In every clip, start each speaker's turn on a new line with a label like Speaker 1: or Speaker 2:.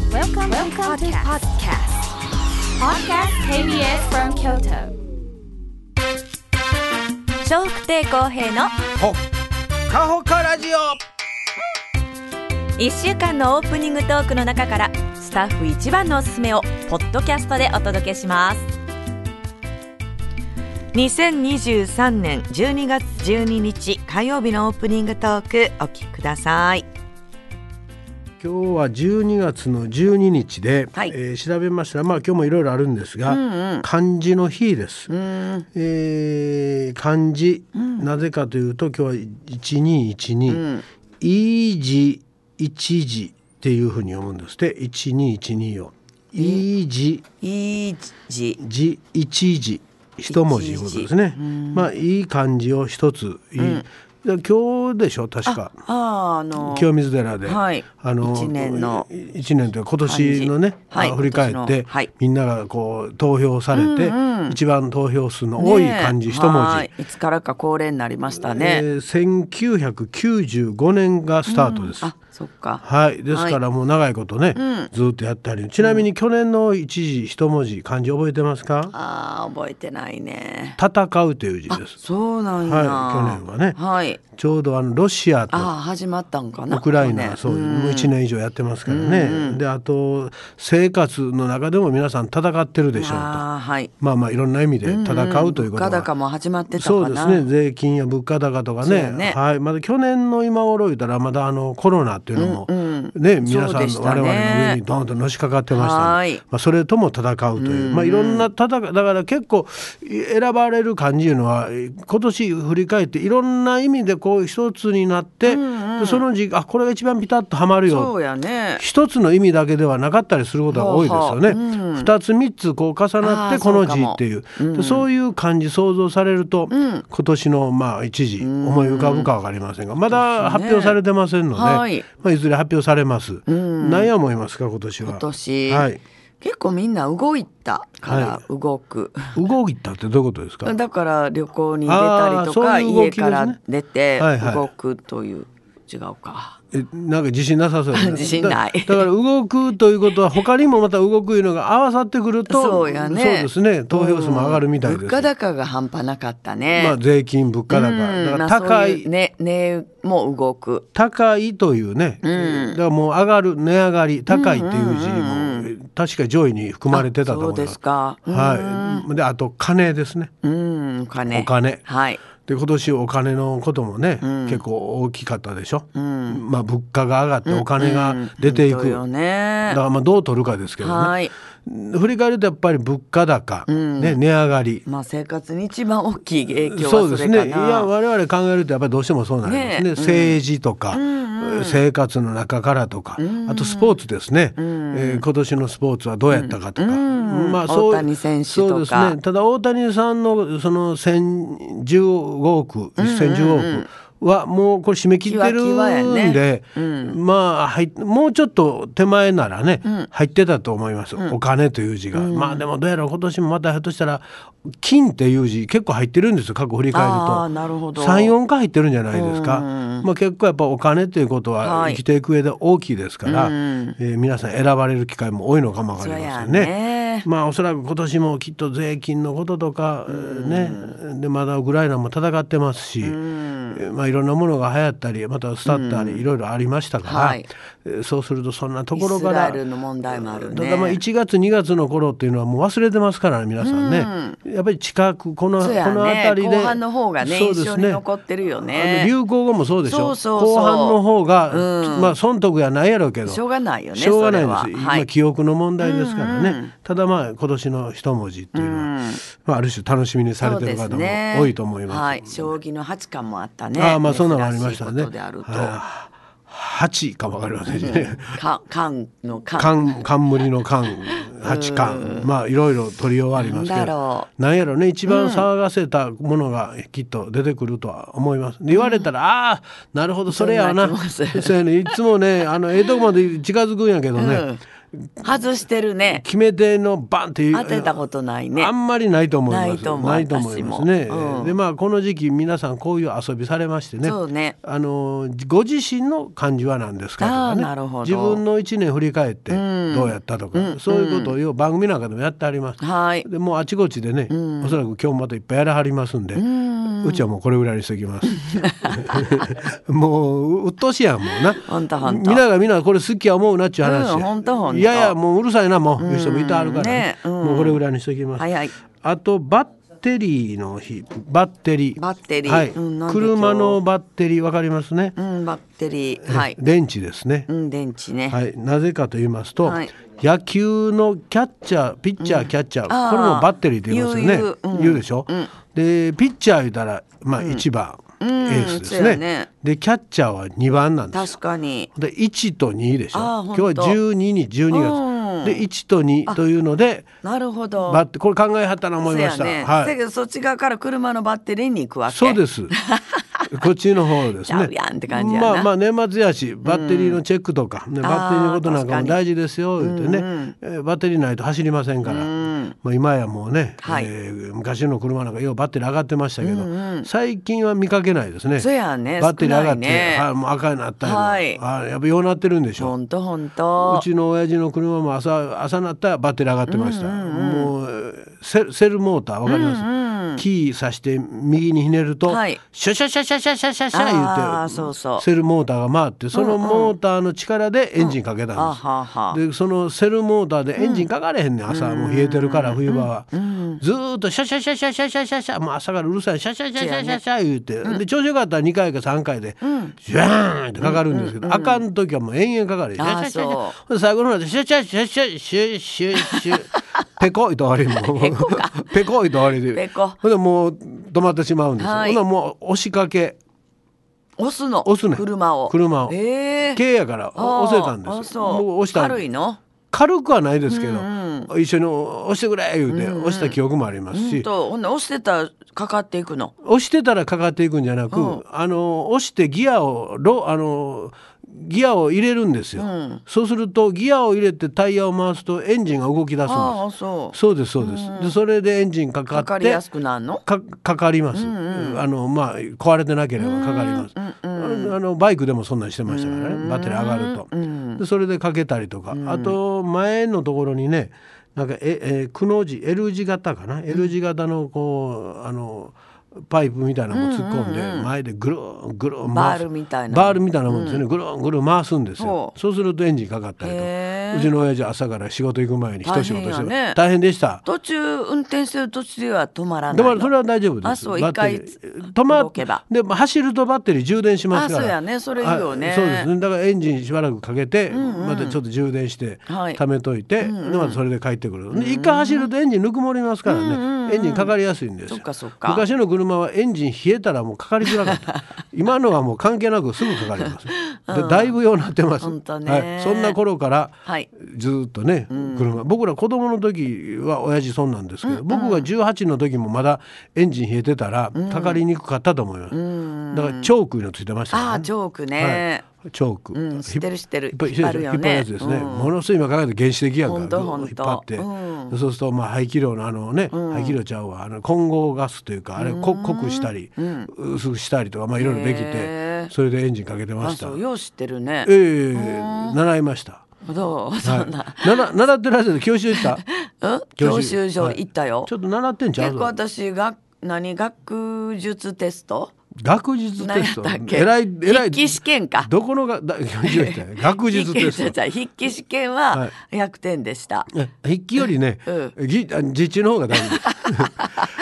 Speaker 1: Welcome, to podcast.
Speaker 2: Welcome to Podcast KBS from Kyoto.
Speaker 1: 笑福亭公平の
Speaker 3: ほっかほかラジオ
Speaker 1: 1週間のオープニングトークの中からスタッフ一番のおすすめをポッドキャストでお届けします
Speaker 4: 2023年12月12日火曜日のオープニングトークお聞きください
Speaker 3: 今日は12月の12日で、
Speaker 4: はい
Speaker 3: えー調べましたらまあ今日もいろいろあるんですが、漢字の日です、えー漢字、なぜかというと今日は1212、いい字一字っていうふうに読むんですって1212をいい字
Speaker 4: いい字
Speaker 3: 字一字一文字いうことですね、まあいい漢字を一ついい、で今日でしょ確か
Speaker 4: あーあの
Speaker 3: 清水寺で、
Speaker 4: はい
Speaker 3: あの
Speaker 4: 一年の
Speaker 3: 一年というか今年のね、
Speaker 4: 漢字はい
Speaker 3: あ振り返っ
Speaker 4: 今年
Speaker 3: て、
Speaker 4: のはい
Speaker 3: みんながこう投票されて、一番投票数の多い
Speaker 4: ねえ
Speaker 3: 漢字一文
Speaker 4: は
Speaker 3: 字、
Speaker 4: いいつからか恒例になりました
Speaker 3: え
Speaker 4: ね、
Speaker 3: ー、1995年がスタートです。
Speaker 4: あそっか
Speaker 3: はい、ですからもう長いことね、ずっとやったりちなみに去年の一字一文字漢字覚えてますか
Speaker 4: あー覚えてないね
Speaker 3: 戦うという字です
Speaker 4: そうなんや、
Speaker 3: はい去年はね
Speaker 4: はい
Speaker 3: ちょうどあのロシアと
Speaker 4: あー始まったんかな
Speaker 3: ウクライ
Speaker 4: 去
Speaker 3: ナ
Speaker 4: 年
Speaker 3: そう
Speaker 4: うん
Speaker 3: もう1年以上やってますからね、であと生活の中でも皆さん戦ってるでしょうと
Speaker 4: あーはい
Speaker 3: まあまあいろんな意味で戦うということ
Speaker 4: 物価
Speaker 3: が
Speaker 4: 高も始まってたか
Speaker 3: そ
Speaker 4: な
Speaker 3: うですね税金や物価高とか
Speaker 4: そう
Speaker 3: ね
Speaker 4: やね
Speaker 3: はい、まだ去年の今頃言ったらまだあのコロナっていうのも、ね
Speaker 4: そ
Speaker 3: 皆
Speaker 4: う
Speaker 3: さん
Speaker 4: でし
Speaker 3: の
Speaker 4: たね
Speaker 3: 我々の上にドーンとのしかかってましたので
Speaker 4: はい
Speaker 3: まあ、それとも戦うという、まあ、いろんな戦だから結構い選ばれる感じいうのは今年振り返っていろんな意味でこう一つになって、でその時あこれが一番ピタッとはまるよ
Speaker 4: そうやね
Speaker 3: 一つの意味だけではなかったりすることが多いですよね。
Speaker 4: ほうほううん
Speaker 3: 二、つ三つこう重なって
Speaker 4: あー
Speaker 3: こ
Speaker 4: そ
Speaker 3: の
Speaker 4: う
Speaker 3: 字
Speaker 4: かも
Speaker 3: っていうそう,、そういう漢字想像されると、今年のまあ一字思い浮かぶかわかりませんがまだ
Speaker 4: そうですね
Speaker 3: 発表されてませんので、
Speaker 4: はい
Speaker 3: まあ、いずれ発表されます。何や思いますか今年は。
Speaker 4: 今年、
Speaker 3: はい、
Speaker 4: 結構みんな動いたから
Speaker 3: は
Speaker 4: 動く、
Speaker 3: 動いたってどういうことですか。
Speaker 4: だから旅行に出たりと
Speaker 3: あ
Speaker 4: か、
Speaker 3: ーそういう動
Speaker 4: 家
Speaker 3: きですね
Speaker 4: から出て
Speaker 3: はいはい
Speaker 4: 動くという、違うか
Speaker 3: えなんか自信なさそう、ね、
Speaker 4: 自信ない
Speaker 3: だだから動くということは他にもまた動くいうのが合わさってくると
Speaker 4: そうやね
Speaker 3: そうですね投票数も上がるみたいです。
Speaker 4: 物価高が半端なかったね、
Speaker 3: まあ税金物価高、
Speaker 4: うん
Speaker 3: だから
Speaker 4: まあ
Speaker 3: 高
Speaker 4: そう
Speaker 3: い、
Speaker 4: うねねも動く
Speaker 3: 高いというね、だからもう上がる値上がり高いっていう字も、確か上位に含まれてたと思い
Speaker 4: あ
Speaker 3: ます。
Speaker 4: そうですか
Speaker 3: はい。であと金ですね。
Speaker 4: うんお金
Speaker 3: お金
Speaker 4: はい
Speaker 3: で今年お金のこともね、結構大きかったでしょ。まあ物価が上がってお金が出ていく。
Speaker 4: そうよね
Speaker 3: だからまあどう取るかですけど
Speaker 4: は
Speaker 3: ね。
Speaker 4: い
Speaker 3: 振り返るとやっぱり物価高、ね値上がり。
Speaker 4: まあ生活に一番大きい影響は
Speaker 3: そう
Speaker 4: そ
Speaker 3: です
Speaker 4: れかな
Speaker 3: ねいや我々考えるとやっぱりどうしてもそうなりますね
Speaker 4: ね
Speaker 3: 政治とか、生活の中からとか、あとスポーツですね、えー今年のスポーツはどうやったかとか、まあそう
Speaker 4: 大谷選手
Speaker 3: そうで
Speaker 4: とか
Speaker 3: すねただ大谷さんのその1015億1015億はもうこれ締め切ってる
Speaker 4: キワキワや
Speaker 3: ん
Speaker 4: ね
Speaker 3: で、まあ入っもうちょっと手前ならね、入ってたと思います、お金という字が、まあでもどうやら今年もまたひょっとしたら金っていう字結構入ってるんですよ過去振り返る
Speaker 4: ああ
Speaker 3: と。
Speaker 4: なるほど
Speaker 3: 34回入ってるんじゃないですか、まあ、結構やっぱお金ということは
Speaker 4: はい
Speaker 3: 生きていく上で大きいですから、えー皆さん選ばれる機会も多いのかもわかりません
Speaker 4: そうや
Speaker 3: ね
Speaker 4: ね
Speaker 3: まあおそらく今年もきっと税金のこととか、ねでまだウクライナも戦ってますし、えーまあ、いろんなものが流行ったりまた廃ったりいろいろありましたから、
Speaker 4: はい
Speaker 3: えーそうするとそんなと
Speaker 4: イ
Speaker 3: ころ
Speaker 4: ス
Speaker 3: から
Speaker 4: ラエルの問題もある
Speaker 3: た
Speaker 4: ね
Speaker 3: だまあ1月2月の頃っていうのはもう忘れてますからね皆さんね、やっぱり近くこの,、
Speaker 4: そうやね
Speaker 3: この辺りで
Speaker 4: 後半の方がね
Speaker 3: そうです
Speaker 4: 印象に残ってるよね
Speaker 3: あの流行語もそうでしょ
Speaker 4: そうそうそう
Speaker 3: 後半の方が、まあ損得やないやろうけど
Speaker 4: しょうがないよね
Speaker 3: しょうがないんです
Speaker 4: それは
Speaker 3: 今、
Speaker 4: はい
Speaker 3: 記憶の問題ですからね、ただまあ今年の一文字っていうのは、まあ、ある種楽しみにされてる
Speaker 4: そうで
Speaker 3: 方
Speaker 4: す
Speaker 3: も
Speaker 4: ね
Speaker 3: 多いと思います
Speaker 4: はい、将棋の八冠もあったね。
Speaker 3: ああまあそんなのありました
Speaker 4: 珍
Speaker 3: ね
Speaker 4: いことであると。
Speaker 3: ああ八かわかりませんし ね
Speaker 4: か、冠の冠。
Speaker 3: 冠冠の冠八冠まあいろいろ取り終わりますけ
Speaker 4: な
Speaker 3: ど
Speaker 4: んだろ
Speaker 3: なんやろね一番騒がせたものがきっと出てくるとは思います、で言われたら、ああ なるほどそれやわな
Speaker 4: そんな気もする
Speaker 3: そうやねいつもねあのええとこまで近づくんやけどね、
Speaker 4: 外してるね
Speaker 3: 決め手のバンっていう
Speaker 4: 当てたことないね
Speaker 3: あんまりないと思います
Speaker 4: ないと思う
Speaker 3: 思いますね、
Speaker 4: 私もうん
Speaker 3: でまあこの時期皆さんこういう遊びされましてね
Speaker 4: そうね
Speaker 3: あのご自身の漢字は何ですかとかね
Speaker 4: あーなるほど
Speaker 3: 自分の一年振り返って
Speaker 4: ん
Speaker 3: どうやったとか、そういうことをよう番組なんかでもやってあります、
Speaker 4: はい
Speaker 3: でもうあちこちでね、おそらく今日またいっぱいやらはりますんで、うちはもうこれぐらいにしてきます。 もううっとうしいやんもうな。
Speaker 4: ほんとほんと
Speaker 3: みんながみんなこれ好きや思うなっちゅう話や。
Speaker 4: うんほんとほんと
Speaker 3: いやいやもううるさいなもう、いう人もいてはるから、
Speaker 4: ねうん
Speaker 3: もうこれぐらいにしてきます。
Speaker 4: はいはい
Speaker 3: あとバッテリーの日バッテリー。
Speaker 4: バッテリー
Speaker 3: はい。
Speaker 4: うんなんで今日
Speaker 3: 車のバッテリーわかりますね。
Speaker 4: うんバッテリーはい
Speaker 3: 電池ですね。
Speaker 4: うん電池ね、
Speaker 3: はい、なぜかと言いますと、
Speaker 4: はい
Speaker 3: 野球のキャッチャーピッチャーキャッチャー、
Speaker 4: あー
Speaker 3: これもバッテリーって言いますよね
Speaker 4: 言う言ううん
Speaker 3: でしょ、でピッチャー言うたら、まあ、1番、エースです
Speaker 4: そうや
Speaker 3: ね
Speaker 4: ね
Speaker 3: でキャッチャーは2番なんで
Speaker 4: 確
Speaker 3: す
Speaker 4: かに
Speaker 3: で1と2でしょ
Speaker 4: あー
Speaker 3: 今
Speaker 4: ほん
Speaker 3: 日
Speaker 4: と
Speaker 3: は12に12
Speaker 4: うん
Speaker 3: 月で1と2というので
Speaker 4: なるほど
Speaker 3: バッテこれ考えはったな思いました、
Speaker 4: そうやね、
Speaker 3: は
Speaker 4: せや
Speaker 3: い
Speaker 4: けどそっち側から車のバッテリーに行くわけ
Speaker 3: そ うですす こっちの方です
Speaker 4: ちゃ
Speaker 3: ね
Speaker 4: うやんって感じやな
Speaker 3: まあまあ年末やしバッテリーのチェックとか、ねバッテリーのことなんかも大事ですよ言ってね、えーバッテリーないと走りませんから、まあ、今やもうね、
Speaker 4: はい
Speaker 3: えー昔の車なんかようバッテリー上がってましたけど、最近は見かけないですね
Speaker 4: そうやね
Speaker 3: バッテリー上がって、
Speaker 4: 少ないね
Speaker 3: はいもう赤になったりも、
Speaker 4: はい
Speaker 3: あやっぱようなってるんでしょ
Speaker 4: ほんとほん
Speaker 3: う
Speaker 4: と
Speaker 3: ちの親父の車も朝朝なったらバッテリー上がってました、もうセセルモーターわかります、キーさして右にひねると、
Speaker 4: はい
Speaker 3: シュシュシュシュシュシュシュシュ
Speaker 4: あ
Speaker 3: 言
Speaker 4: ー
Speaker 3: って
Speaker 4: そうそう
Speaker 3: セルモーターが回ってそのモーターの力でエンジンかけたん
Speaker 4: あ
Speaker 3: です、
Speaker 4: はは
Speaker 3: でそのセルモーターでエンジンかかれへんねん、朝もう冷えてるから冬場は、ずーっとシャシャシャシャシャシャシャシャもう朝からうるさいシャシャシャシャシャシャ言うて、で調子よかったら2回か3回で、シュワーンってかかるんですけど、あかん時はもう延々かかるシャシャシャシ
Speaker 4: あー
Speaker 3: ャほんで最後の方でシャシャシャシャシュシュシュペコいと終わりもうペコいと終わりで
Speaker 4: ペコ
Speaker 3: ほんでもう止まってしまうんですよ、
Speaker 4: はい
Speaker 3: ほんでもう押しかけ
Speaker 4: 押すの
Speaker 3: 押すねん
Speaker 4: 車を
Speaker 3: 車を
Speaker 4: えー
Speaker 3: 軽やから
Speaker 4: あー
Speaker 3: 押せたんで
Speaker 4: あ
Speaker 3: す
Speaker 4: そう
Speaker 3: もう押した
Speaker 4: 軽いの
Speaker 3: 軽くはないですけど、一緒に押してくれ言うて押した記憶もありますし、
Speaker 4: ほんとほんで押してたらかかっていくの
Speaker 3: 押してたらかかっていくんじゃなく、あの押してギアをロあのギアを入れるんですよ、そうするとギアを入れてタイヤを回すとエンジンが動き出すんです
Speaker 4: ああそう
Speaker 3: そうですそうです、でそれでエンジンかか
Speaker 4: か
Speaker 3: って
Speaker 4: かりやすくなるの
Speaker 3: かかかります、あのまあ壊れてなければかかります、あのあのバイクでもそんなんしてましたからね、バッテリー上がると、でそれでかけたりとか、あと前のところにねなんかえ、えーくの字 L 字型かな、L 字型のこうあのパイプみたいなのも突っ込んで、前でぐるーんぐるーん回
Speaker 4: バー
Speaker 3: す
Speaker 4: ルみたいな
Speaker 3: バールみたいなもんですよね、ぐるーんぐるーん回すんですよ
Speaker 4: ほう
Speaker 3: そうするとエンジンかかったりと
Speaker 4: へー
Speaker 3: うちの親父朝から仕事行く前に一仕事
Speaker 4: 大
Speaker 3: して
Speaker 4: 変
Speaker 3: ま
Speaker 4: や
Speaker 3: す
Speaker 4: ね
Speaker 3: 大変でした
Speaker 4: 途中運転してる途中では止まらない
Speaker 3: で
Speaker 4: の
Speaker 3: もそれは大丈夫です。
Speaker 4: あそう
Speaker 3: バッテリー
Speaker 4: 一
Speaker 3: 止ま
Speaker 4: 動けば
Speaker 3: でまあ走るとバッテリー充電します
Speaker 4: あ
Speaker 3: から。
Speaker 4: そうやねそれいいよね
Speaker 3: あそうですね。だからエンジンしばらくかけて、またちょっと充電して
Speaker 4: はい
Speaker 3: 貯めといて、でまたそれで帰ってくる。で一回走るとエンジンぬくもりますからね。エンジンかかりやすいんです
Speaker 4: そ
Speaker 3: よ。
Speaker 4: っかそっか
Speaker 3: 昔の車はエンジン冷えたらもうかかりづら かった。今のはもう関係なくすぐかかります。でだいぶようになってます。
Speaker 4: 本当ね
Speaker 3: はい。そんな頃から。
Speaker 4: はい
Speaker 3: ずーっとね、車僕ら子供の時は親父そうなんですけど、僕が18の時もまだエンジン冷えてたらかかりにくかったと思います、だからチョークのついてましたから
Speaker 4: ああチョークね、
Speaker 3: はいチョーク、
Speaker 4: うん知ってる知ってる
Speaker 3: 引っ張引っ
Speaker 4: 引
Speaker 3: 張る
Speaker 4: っ張
Speaker 3: よ
Speaker 4: るよね
Speaker 3: ね引っ張るやつですね、ものすごい今考えて原始的やんか
Speaker 4: ほ
Speaker 3: ら
Speaker 4: んとほんと
Speaker 3: 引っ張って、そうするとまあ排気量のあのね、排気量ちゃうわあの混合ガスというかあれこ濃くしたり、薄くしたりとかまあいろいろでき
Speaker 4: へー
Speaker 3: てそれでエンジンかけてま
Speaker 4: あ
Speaker 3: した
Speaker 4: そうよう知ってるね
Speaker 3: ええ習いました
Speaker 4: どうそんな、
Speaker 3: はい、なら習ってらっしゃる教習行 った
Speaker 4: うん教習所行ったよ、
Speaker 3: ちょっと習ってんちゃ
Speaker 4: 結
Speaker 3: う
Speaker 4: 構私が何学術テスト
Speaker 3: 学術
Speaker 4: 何や
Speaker 3: テ
Speaker 4: っ
Speaker 3: スト
Speaker 4: たっけ
Speaker 3: えらいえらい
Speaker 4: 筆記試験か
Speaker 3: どこのがだ教習行 った学術テスト
Speaker 4: 筆記筆記試験
Speaker 3: は
Speaker 4: はい100点でした、
Speaker 3: え筆記よりね、
Speaker 4: う
Speaker 3: ぎあ実地の方 が大事です、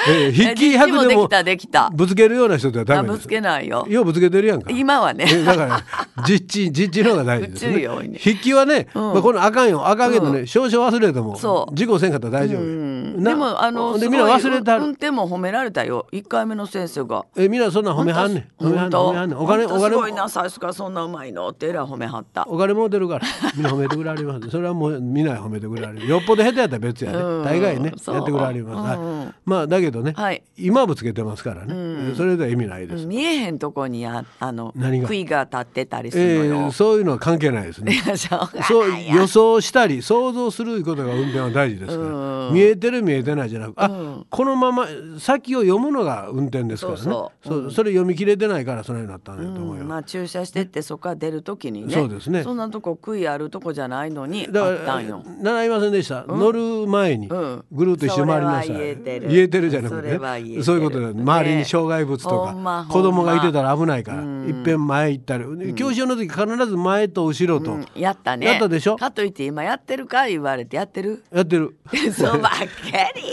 Speaker 3: えー筆記
Speaker 4: 実地も
Speaker 3: 100で
Speaker 4: で
Speaker 3: も
Speaker 4: きたできた
Speaker 3: ぶつけるような人ではダメです
Speaker 4: あぶつけないよ
Speaker 3: ようぶつけてるやんか
Speaker 4: 今はね
Speaker 3: えだから実地実地の方が大事です、
Speaker 4: 不注
Speaker 3: ね
Speaker 4: 意多いね
Speaker 3: 筆記はね、まあ、このあかんよあかんけどね、少々忘れても
Speaker 4: そう
Speaker 3: 事故せんかったら大丈夫よ、
Speaker 4: ううん
Speaker 3: な
Speaker 4: でもあの
Speaker 3: ですみんな
Speaker 4: ごい
Speaker 3: 忘れた
Speaker 4: 運転も褒められたよ一回目の先生が
Speaker 3: えみんなそんなん褒めはんねん褒めはんねん褒めはんねんお金お
Speaker 4: お金す
Speaker 3: 金
Speaker 4: ごいな最初からそんなうまいのってえらい褒めはった
Speaker 3: お金も出るからみんな褒めてくれはりますそれはもうみんな褒めてくれはるよっぽど下手やったら別やね
Speaker 4: うん
Speaker 3: 大概ね
Speaker 4: そう
Speaker 3: やってくれはります、はい
Speaker 4: うんうん
Speaker 3: まあだけどね、
Speaker 4: はい
Speaker 3: 今ぶつけてますからね、それでは意味ないです、
Speaker 4: 見えへんとこにああの
Speaker 3: 何が
Speaker 4: 杭が立ってたりす
Speaker 3: え
Speaker 4: るの
Speaker 3: ー
Speaker 4: よ、
Speaker 3: そういうのは関係ないです ねそう予想したり想像することが運転は大事ですから見えてる見えてないじゃなくあ、このまま先を読むのが運転ですからね
Speaker 4: そうそう
Speaker 3: そうそれ読み切れてないからそのようになったんだと思うよ、
Speaker 4: うんまあ駐車してってそこから出るときにね
Speaker 3: そうですね
Speaker 4: そんなとこ杭あるとこじゃないのに
Speaker 3: だか
Speaker 4: あったん
Speaker 3: ら
Speaker 4: よ。
Speaker 3: 習いませんでした、乗る前に
Speaker 4: ん
Speaker 3: ぐるっと一周回りなさい、
Speaker 4: それは言えてる
Speaker 3: 言えてるじゃなく
Speaker 4: そ
Speaker 3: て,、
Speaker 4: れは言えてる
Speaker 3: そういうことで周りに障害物と
Speaker 4: ほ
Speaker 3: か、
Speaker 4: んまほんま
Speaker 3: 子供がいてたら危ないから、いっぺん前行ったり、教習の時必ず前と後ろと、
Speaker 4: うんやったね。
Speaker 3: やったでしょ
Speaker 4: かといって今やってるか言われてやって る。
Speaker 3: やってる
Speaker 4: そばっか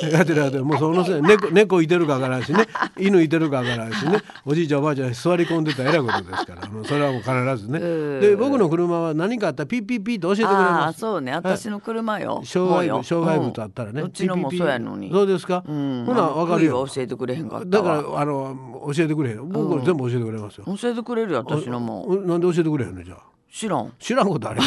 Speaker 4: り。
Speaker 3: やってるやってるもうそのせい猫猫いてるかわからんしね犬いてるかわからんし ねおじいちゃんおばあちゃん座り込んでたらえらいことですからもうそれはもう必ずねで僕の車は何かあったらピッピッピッと教えてくれ
Speaker 4: あ
Speaker 3: ま
Speaker 4: あ
Speaker 3: す
Speaker 4: そうね私の車よ。
Speaker 3: 障害
Speaker 4: もうよ
Speaker 3: 物障害物あったらね、
Speaker 4: うんうちのも
Speaker 3: ピピピ
Speaker 4: そうやのに。
Speaker 3: そうですか、
Speaker 4: うん
Speaker 3: ほ
Speaker 4: あ
Speaker 3: な
Speaker 4: の
Speaker 3: わかる
Speaker 4: 杭
Speaker 3: よ
Speaker 4: は教えてくれへんかった
Speaker 3: だか
Speaker 4: わ。
Speaker 3: らあの教えてくれへん僕全部教えてくれますよ、
Speaker 4: 教えてくれるよ私のも。
Speaker 3: おなんで教えてくれへんのじゃあ
Speaker 4: 知らん。
Speaker 3: 知らんことある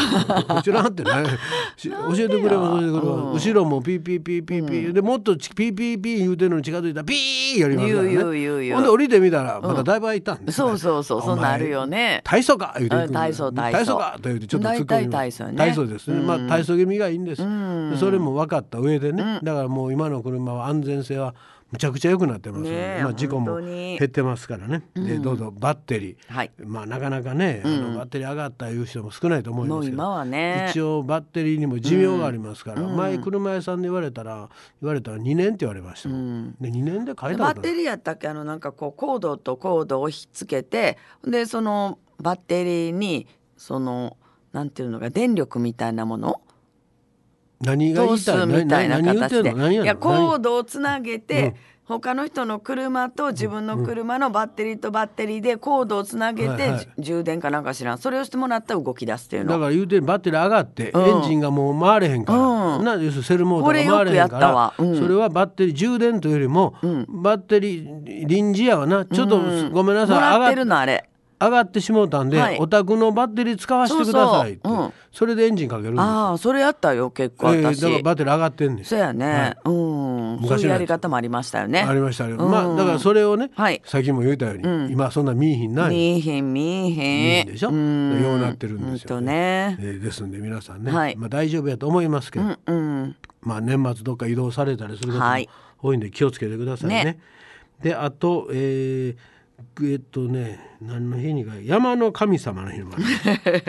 Speaker 3: よ知らんってないし教えてくれます教えてくれます後ろもピーピーピーピーピー、でもっとちピーピーピー言うてるのに近づいたらピーやりますからね
Speaker 4: 言う言う言う言う
Speaker 3: ほんで降りてみたらまただいぶ空いたんですよ、
Speaker 4: そうそうそうそんなんあるよね。
Speaker 3: 体操か言うて
Speaker 4: うん体操体操
Speaker 3: かと言うてちょっと突っ込みます
Speaker 4: 大体体操ね
Speaker 3: 体操ですね、まあ体操気味がいいんです、それも分かった上でね、だからもう今の車は安全性はむちゃくちゃ良くなってますよ
Speaker 4: ね
Speaker 3: ね
Speaker 4: え
Speaker 3: まあ事故も
Speaker 4: 本当に
Speaker 3: 減ってますからね、でどうぞバッテリー、
Speaker 4: はい
Speaker 3: まあなかなかね、あのバッテリー上がったいう人も少ないと思いますけど
Speaker 4: もう今はね
Speaker 3: 一応バッテリーにも寿命がありますから、前車屋さんで言われたら言われたら2年って言われましたもん、で2年で変えた
Speaker 4: バ
Speaker 3: こ
Speaker 4: ッ
Speaker 3: と
Speaker 4: テ
Speaker 3: ない
Speaker 4: リーやったっけあのなんかこうコードとコードをひっつけてでそのバッテリーにそのなんていうのが電力みたいなもの
Speaker 3: 何が
Speaker 4: 通
Speaker 3: 言い
Speaker 4: す
Speaker 3: たい
Speaker 4: みたいな
Speaker 3: 何何言うて
Speaker 4: 形
Speaker 3: ん
Speaker 4: で
Speaker 3: の何や
Speaker 4: いや
Speaker 3: の
Speaker 4: コー
Speaker 3: 何
Speaker 4: ドをつなげ
Speaker 3: う
Speaker 4: て
Speaker 3: ん
Speaker 4: 他の人の車と自分の車のバッテリーとバッテリーでコードをつなげ
Speaker 3: はい
Speaker 4: て
Speaker 3: はい
Speaker 4: じ充電かなんか知らんそれをしてもらったら動き出すっていう
Speaker 3: だ
Speaker 4: の
Speaker 3: から言うてんバッテリー上がって、
Speaker 4: ん
Speaker 3: エンジンがもう回れへんから、
Speaker 4: うん
Speaker 3: な要するにセルモーターが
Speaker 4: これよ
Speaker 3: 回れ
Speaker 4: く
Speaker 3: へ
Speaker 4: や
Speaker 3: ん
Speaker 4: っ
Speaker 3: か
Speaker 4: たわ
Speaker 3: ら、
Speaker 4: うん
Speaker 3: それはバッテリー充電というよりも、バッテリー臨時やわなちょっとごめんな
Speaker 4: も
Speaker 3: さい、
Speaker 4: らってる
Speaker 3: 上が
Speaker 4: のあれ
Speaker 3: 上がってしもうたんで、
Speaker 4: はい
Speaker 3: お宅のバッテリー使わせてくださいって
Speaker 4: そ
Speaker 3: そう
Speaker 4: そううん
Speaker 3: れでエンジンかけるんです
Speaker 4: ああそれやったよ結構
Speaker 3: えー
Speaker 4: 私
Speaker 3: だからバッテリー上がってんねん
Speaker 4: そうやねうん
Speaker 3: 昔の
Speaker 4: そ
Speaker 3: や
Speaker 4: う
Speaker 3: つ
Speaker 4: いうやり方もありましたよね
Speaker 3: ありましたけど、
Speaker 4: うん
Speaker 3: まあだからそれをね、
Speaker 4: はい
Speaker 3: 先も言うたように、今そんな見えひんない
Speaker 4: 見えへん見えへん
Speaker 3: でしょ、
Speaker 4: うん
Speaker 3: ようなってるんです
Speaker 4: ほと
Speaker 3: よね
Speaker 4: ね
Speaker 3: えーですんで皆さんね、
Speaker 4: はい
Speaker 3: まあ大丈夫やと思いますけど、
Speaker 4: うん
Speaker 3: まあ年末どっか移動されたりすることも
Speaker 4: はい
Speaker 3: 多いんで気をつけてくださいね。
Speaker 4: ね
Speaker 3: であとえーえっとね何の日にか山の神様の日もある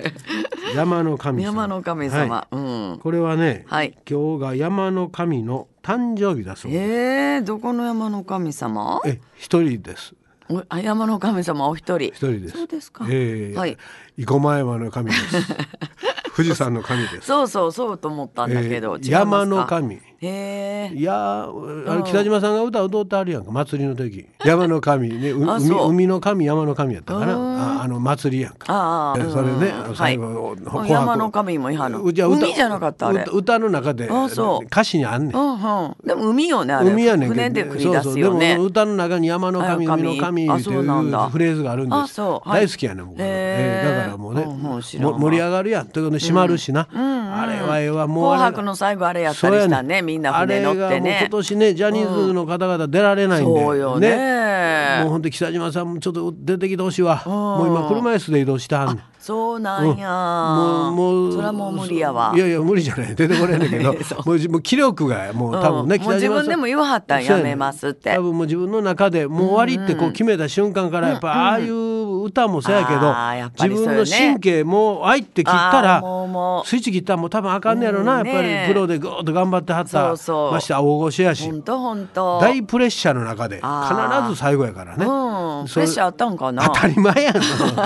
Speaker 3: 山の神様
Speaker 4: 山の神様
Speaker 3: は
Speaker 4: うん
Speaker 3: いこれはね、
Speaker 4: はい
Speaker 3: 今日が山の神の誕生日だそうです
Speaker 4: えーどこの山の神様
Speaker 3: え一人です
Speaker 4: おあ山の神様お一人
Speaker 3: 一人です
Speaker 4: そうですか
Speaker 3: ええ
Speaker 4: はい
Speaker 3: 生駒山の神です 富士山の神です
Speaker 4: そうそうそうと思ったんだけど、違い
Speaker 3: えー
Speaker 4: ますか
Speaker 3: 山の神
Speaker 4: へえ
Speaker 3: いやーあれ北島さんが歌歌うてあるやんか祭りの時山の神ねう
Speaker 4: あ
Speaker 3: 海
Speaker 4: そう
Speaker 3: 海の神山の神やったかなああの祭りやんか
Speaker 4: ああ、
Speaker 3: え
Speaker 4: うん
Speaker 3: それね最後
Speaker 4: は
Speaker 3: お
Speaker 4: い
Speaker 3: 紅
Speaker 4: あ、
Speaker 3: 白
Speaker 4: 山の神も違反の
Speaker 3: うじゃあ
Speaker 4: 海じゃなかったあれ
Speaker 3: う歌の中で
Speaker 4: あそう
Speaker 3: 歌詞にあんね
Speaker 4: うんんうんでも海よねあれ
Speaker 3: 海やねん
Speaker 4: 船
Speaker 3: け
Speaker 4: で
Speaker 3: ど
Speaker 4: 繰り出
Speaker 3: そう
Speaker 4: す
Speaker 3: そう
Speaker 4: よね
Speaker 3: でも歌の中に山の神
Speaker 4: あ神
Speaker 3: 海の神
Speaker 4: あ
Speaker 3: ってい
Speaker 4: そうなんだ
Speaker 3: うフレーズがあるん
Speaker 4: あ
Speaker 3: です
Speaker 4: そうはい
Speaker 3: 大好きやねん僕
Speaker 4: へ
Speaker 3: は
Speaker 4: ー
Speaker 3: えーだからもうね
Speaker 4: うんうん
Speaker 3: も
Speaker 4: 知らんわ
Speaker 3: 盛り上がるやんということで閉まるしなあれはええわもう
Speaker 4: 紅
Speaker 3: あれ
Speaker 4: 白の最後あれやったりしたねみんな船乗
Speaker 3: あ
Speaker 4: っ
Speaker 3: れ
Speaker 4: て
Speaker 3: がもう
Speaker 4: ね
Speaker 3: 今年ねジャニーズの方々出られないんで、
Speaker 4: そうよね
Speaker 3: もう本当北島さんもちょっと出てきてほしいわ、もう今車椅子で移動したん
Speaker 4: そうなんや、
Speaker 3: もうもう
Speaker 4: それはもう無理やわ
Speaker 3: いやいや無理じゃない出てこれんねんけど もうじもう気力がもう多分ね、
Speaker 4: うんもう自分でも言わはったんやめますって
Speaker 3: そうやね多分もう自分の中でもう終わりってこう決めた瞬間からやっぱああいう歌もそうやけど、
Speaker 4: あーやっぱり
Speaker 3: 自
Speaker 4: そうよ
Speaker 3: 分
Speaker 4: ね
Speaker 3: の神経もう入って切った
Speaker 4: あー
Speaker 3: ら
Speaker 4: もうもう
Speaker 3: スイッチ切ったらもう多分あかんねやろな、
Speaker 4: うん
Speaker 3: やっぱ
Speaker 4: ね
Speaker 3: りプロでぐーっと頑張ってはった
Speaker 4: そうそう
Speaker 3: まして大御所やし
Speaker 4: ほんとほんと
Speaker 3: 大プレッシャーの中で
Speaker 4: あー
Speaker 3: 必ず最後やからね、
Speaker 4: うんプ
Speaker 3: そ
Speaker 4: レッ
Speaker 3: れ
Speaker 4: シャーあったんかな
Speaker 3: 当たり前やん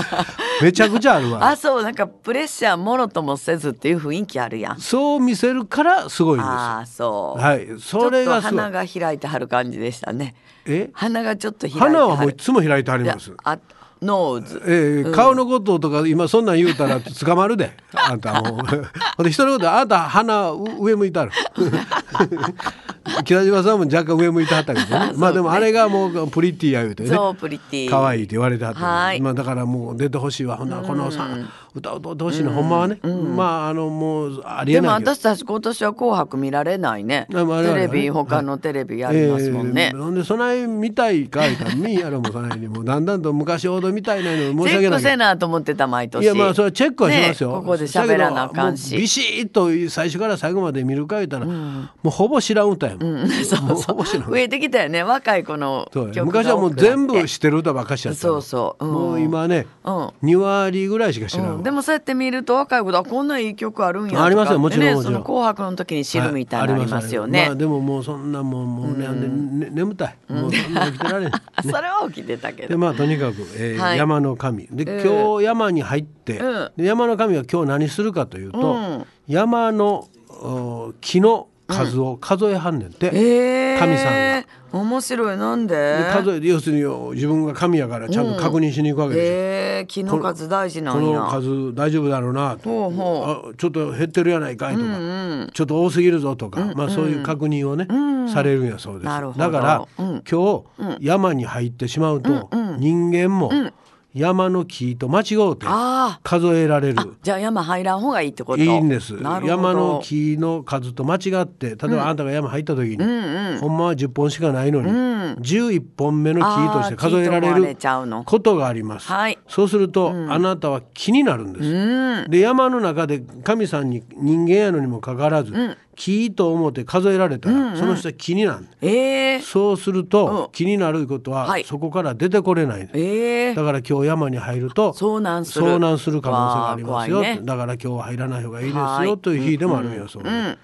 Speaker 3: めちゃくちゃあるわ
Speaker 4: あそうなんかプレッシャーもろともせずっていう雰囲気あるやん
Speaker 3: そう見せるからすごいんです
Speaker 4: ああそう、
Speaker 3: はいそれが
Speaker 4: ちょっ
Speaker 3: す
Speaker 4: と
Speaker 3: ごい
Speaker 4: 花が開いてはる感じでしたね
Speaker 3: え
Speaker 4: 鼻がちょっと開いてはる
Speaker 3: 花はもういつも開いてあります
Speaker 4: いやあノーズ
Speaker 3: えー顔のこととか今そんなん言うたら捕まるで あんたもうほんで人のことあんた鼻う上向いたる 北島さんも若干上向いてはったけ ど、ね、まあでもあれがもうプリティや言うてね
Speaker 4: そうプリティ
Speaker 3: 可愛いって言われてはった
Speaker 4: は
Speaker 3: の
Speaker 4: い
Speaker 3: まあだからもう出てほしいわほんならこのさ、歌を歌ってほしいの、ほんまはね、まああのもうありえ
Speaker 4: でも
Speaker 3: ないけど
Speaker 4: 私たち今年は「紅白」見られないね
Speaker 3: あまああれ
Speaker 4: テ
Speaker 3: はね
Speaker 4: レビ他のテレビやりますもんね
Speaker 3: えー、ほんでそない見たいかいたら見んやろもうそないにもうだんだんと昔ほど見たいないの
Speaker 4: チ
Speaker 3: 申
Speaker 4: ェ
Speaker 3: し訳
Speaker 4: ッ
Speaker 3: な
Speaker 4: ク
Speaker 3: い
Speaker 4: せなと思ってた毎年
Speaker 3: いやまあそれはチェックはしますよ、
Speaker 4: ねここで喋らなあかん
Speaker 3: だけども
Speaker 4: し
Speaker 3: うビシッと最初から最後まで見るか言うたら、もうほぼ知らん歌やもん、 もうほぼ知らん
Speaker 4: 増えてきたよね若い子の
Speaker 3: そうや
Speaker 4: 曲
Speaker 3: 昔はもう全部知ってる歌ばっかしやったの
Speaker 4: そうそううん
Speaker 3: もう今ね、
Speaker 4: うん
Speaker 3: 二割ぐらいしか知らんわ、
Speaker 4: うん、でもそうやって見ると若い子だこんないい曲あるんやとか
Speaker 3: ありますよもちろん
Speaker 4: ね
Speaker 3: もちろん
Speaker 4: その紅白の時に知るみたいなのありますよ
Speaker 3: は
Speaker 4: ね、
Speaker 3: いありますありますまあでももうそんなもうもうね、ねね眠たい。もうそんな起きてら れん。ね
Speaker 4: それは起きてたけ
Speaker 3: で
Speaker 4: ど
Speaker 3: まあとにかく、えー
Speaker 4: はい
Speaker 3: 山の神で、
Speaker 4: え
Speaker 3: 今日山に入って、
Speaker 4: うん
Speaker 3: で山の神は今日何するかというと、
Speaker 4: うん
Speaker 3: 山のお木の数を数えはんねんて、
Speaker 4: えー、
Speaker 3: 神さんが。
Speaker 4: 面白いなんで
Speaker 3: で数えて要するによ自分が神やからちゃんと確認しに行くわけでしょ。
Speaker 4: えー、木の数大事な
Speaker 3: こ
Speaker 4: んや
Speaker 3: の数大丈夫だろうなと
Speaker 4: ほうほ
Speaker 3: あちょっと減ってるやないかいとか、ちょっと多すぎるぞとか、まあ、そういう確認をね、されるんやそうです
Speaker 4: なるほ
Speaker 3: だ
Speaker 4: ど
Speaker 3: から、
Speaker 4: うん
Speaker 3: 今日山に入ってしまうと、人間も山の木と間違うて
Speaker 4: あ
Speaker 3: 数えられる。
Speaker 4: ーじゃあ山入らん方がいいってこと
Speaker 3: いいんです
Speaker 4: なるほど
Speaker 3: 山の木の数と間違って例えばあんたが山入った時に、ほんまは10本しかないのに、11本目の木として数えられ
Speaker 4: あー木と思われ
Speaker 3: る
Speaker 4: ちゃうの
Speaker 3: ことがあります、
Speaker 4: はい
Speaker 3: そうすると、あなたは木になるんです、で山の中で神さんに人間やのにもかかわらず、木と思って数えられたら、その人は木になる
Speaker 4: えー、
Speaker 3: そうする
Speaker 4: う
Speaker 3: と、
Speaker 4: ん
Speaker 3: 気になることは、
Speaker 4: はい
Speaker 3: そこから出てこれない、
Speaker 4: えー、
Speaker 3: だから今日山に入ると
Speaker 4: 遭難する
Speaker 3: 遭難する可能性がありますよ、
Speaker 4: わあ怖いね
Speaker 3: だから今日は入らない方がいいです
Speaker 4: は
Speaker 3: よ
Speaker 4: い
Speaker 3: という日でもあるんやそうで、ま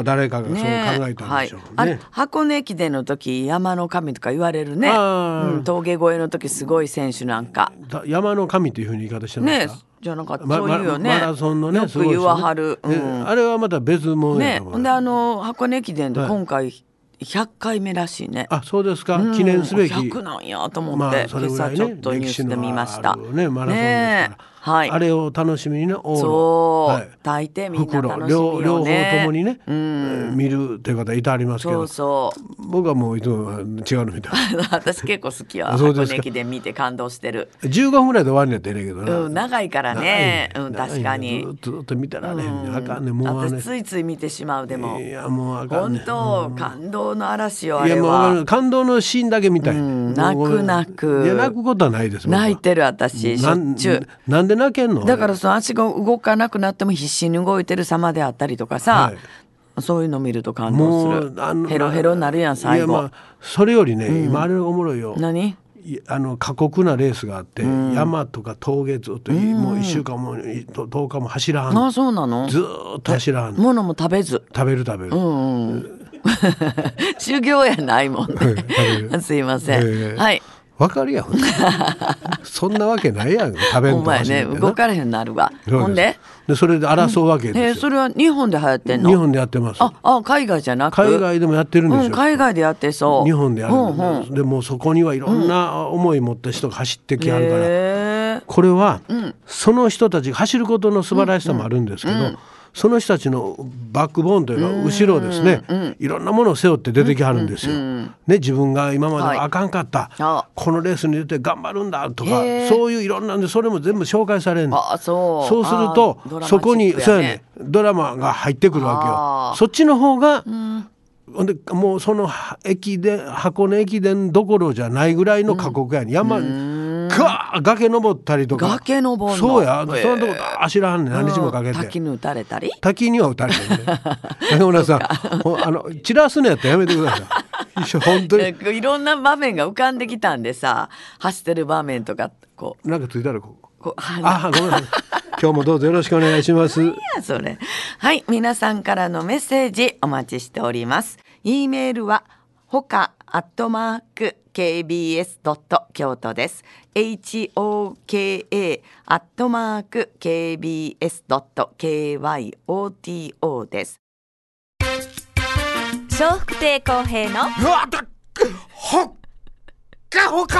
Speaker 3: あ誰かがそう考
Speaker 4: ね
Speaker 3: えたんでしょう
Speaker 4: は
Speaker 3: ね。
Speaker 4: い、あれ箱根駅伝の時山の神とか言われるね、
Speaker 3: あー
Speaker 4: うん、峠越えの時すごい選手なんか
Speaker 3: だ山の神というふうに言い方してまし
Speaker 4: ね
Speaker 3: た。
Speaker 4: じゃなかった、
Speaker 3: ま
Speaker 4: そういうよね、
Speaker 3: マラソンのね
Speaker 4: よ
Speaker 3: す
Speaker 4: く
Speaker 3: ごい
Speaker 4: 言わはる、
Speaker 3: ですね
Speaker 4: うん
Speaker 3: えあれはまた別物や
Speaker 4: ね
Speaker 3: と思
Speaker 4: ほ
Speaker 3: うん
Speaker 4: であの箱根駅伝で
Speaker 3: はい
Speaker 4: 今回100回目らしいね、
Speaker 3: あそうですか、記念すべき
Speaker 4: 100なんやと思って、
Speaker 3: まあそ
Speaker 4: 今
Speaker 3: れぐら
Speaker 4: 朝
Speaker 3: いね
Speaker 4: ちょっとニュースで見ました
Speaker 3: 歴史のあるねマラソンですから
Speaker 4: えはい
Speaker 3: あれを楽しみにね往路
Speaker 4: そう、
Speaker 3: はい
Speaker 4: 大抵みんな
Speaker 3: 袋
Speaker 4: 楽しみ
Speaker 3: 両両
Speaker 4: よ
Speaker 3: 方
Speaker 4: ね
Speaker 3: ともにね、
Speaker 4: う
Speaker 3: えー
Speaker 4: ん、
Speaker 3: 見るという方いたありますけ
Speaker 4: そ
Speaker 3: ど
Speaker 4: うそう
Speaker 3: 僕はもういつも違うの見た
Speaker 4: 私結構好きや
Speaker 3: あそう
Speaker 4: 箱
Speaker 3: で
Speaker 4: 根
Speaker 3: すか
Speaker 4: 駅伝見て感動してる
Speaker 3: 15分ぐらいで終わんねやってねけどな、
Speaker 4: うん、長いからね、
Speaker 3: 長い
Speaker 4: うん、確かに。
Speaker 3: 長いねずっとずっと見たらね、
Speaker 4: うん
Speaker 3: あかんねもうあ
Speaker 4: 私つ
Speaker 3: れ
Speaker 4: いつい見てしまうでも
Speaker 3: いやもうあかんね
Speaker 4: 本当感動の嵐よあ
Speaker 3: いや
Speaker 4: れ
Speaker 3: もうあ
Speaker 4: は
Speaker 3: の感動のシーンだけ見たい、
Speaker 4: ん
Speaker 3: もうごめん
Speaker 4: 泣く泣く
Speaker 3: いや泣くことはないです僕は
Speaker 4: 泣いてる私し
Speaker 3: な
Speaker 4: ょっ
Speaker 3: ん
Speaker 4: ちゅう
Speaker 3: なんで泣けんの
Speaker 4: だからその足が動かなくなっても必死に動いてる様であったりとかさ、そういうの見ると感動するヘロヘロになるやん最後、
Speaker 3: いやまあそれよりね、今あれがおもろいよ
Speaker 4: 何
Speaker 3: いやあの過酷なレースがあって、山とか峠ずっとい、もう1週間も10日も走らはん
Speaker 4: あ
Speaker 3: の
Speaker 4: あそうなの
Speaker 3: ずーっと走らはんの
Speaker 4: 物も食べず
Speaker 3: 食べる食べる、
Speaker 4: うんうん修行やないもんね
Speaker 3: 食べる
Speaker 4: すいません、
Speaker 3: ええ
Speaker 4: はい
Speaker 3: わかるやん そんなわけないやん食べん
Speaker 4: お
Speaker 3: とか
Speaker 4: 前
Speaker 3: 走る
Speaker 4: ね
Speaker 3: んだよな
Speaker 4: 動かれへんなるわ
Speaker 3: そう
Speaker 4: ほんで
Speaker 3: でそれで争うわけですよ、
Speaker 4: えーそれは日本で流行ってんの
Speaker 3: 日本でやってます
Speaker 4: ああ海外じゃなく
Speaker 3: 海外でもやってるんですよ、
Speaker 4: うん、海外でやってそう
Speaker 3: 日本でやる
Speaker 4: うんん
Speaker 3: で,、
Speaker 4: うん
Speaker 3: でもうそこにはいろんな思い持った人が走ってきはるから、
Speaker 4: へえ
Speaker 3: これは、その人たちが走ることの素晴らしさもあるんですけど、その人たちのバックボーンというか後ろをですね、いろんなものを背負って出てきはるんですよ。ね、自分が今まで
Speaker 4: はい
Speaker 3: はあかんかった、
Speaker 4: あ
Speaker 3: このレースに出て頑張るんだとか
Speaker 4: へえ
Speaker 3: そういういろんなんでそれも全部紹介されるの
Speaker 4: あそう
Speaker 3: そうすると
Speaker 4: あードラマチックやね
Speaker 3: そこにそうやねドラマが入ってくるわ
Speaker 4: あ
Speaker 3: けよ。
Speaker 4: ー
Speaker 3: そっちの方が、ほんでもうその駅伝箱根駅伝どころじゃないぐらいの過酷やね、山ガー崖登ったりとか
Speaker 4: 崖登んの
Speaker 3: そうや、
Speaker 4: へえ
Speaker 3: そのとこ走らはんねん何日もかけ
Speaker 4: うん
Speaker 3: て、
Speaker 4: 滝に打たれたり
Speaker 3: 滝には打たれてるね 中村さんほんあの散らすのやったらやめてくださ い一緒本当に
Speaker 4: えいろんな場面が浮かんできたんでさ走ってる場面とかこ
Speaker 3: なんかついたらここ
Speaker 4: うこうあ
Speaker 3: あごめんなさい 今日もどうぞよろしくお願いします
Speaker 4: なんやそれはい皆さんからのメッセージお待ちしております e メールはほかアットマーク kbs ドット京都です h o k a アットマーク kbs ドット k y o t o です
Speaker 1: 笑福亭公平の
Speaker 3: うわだほっかほか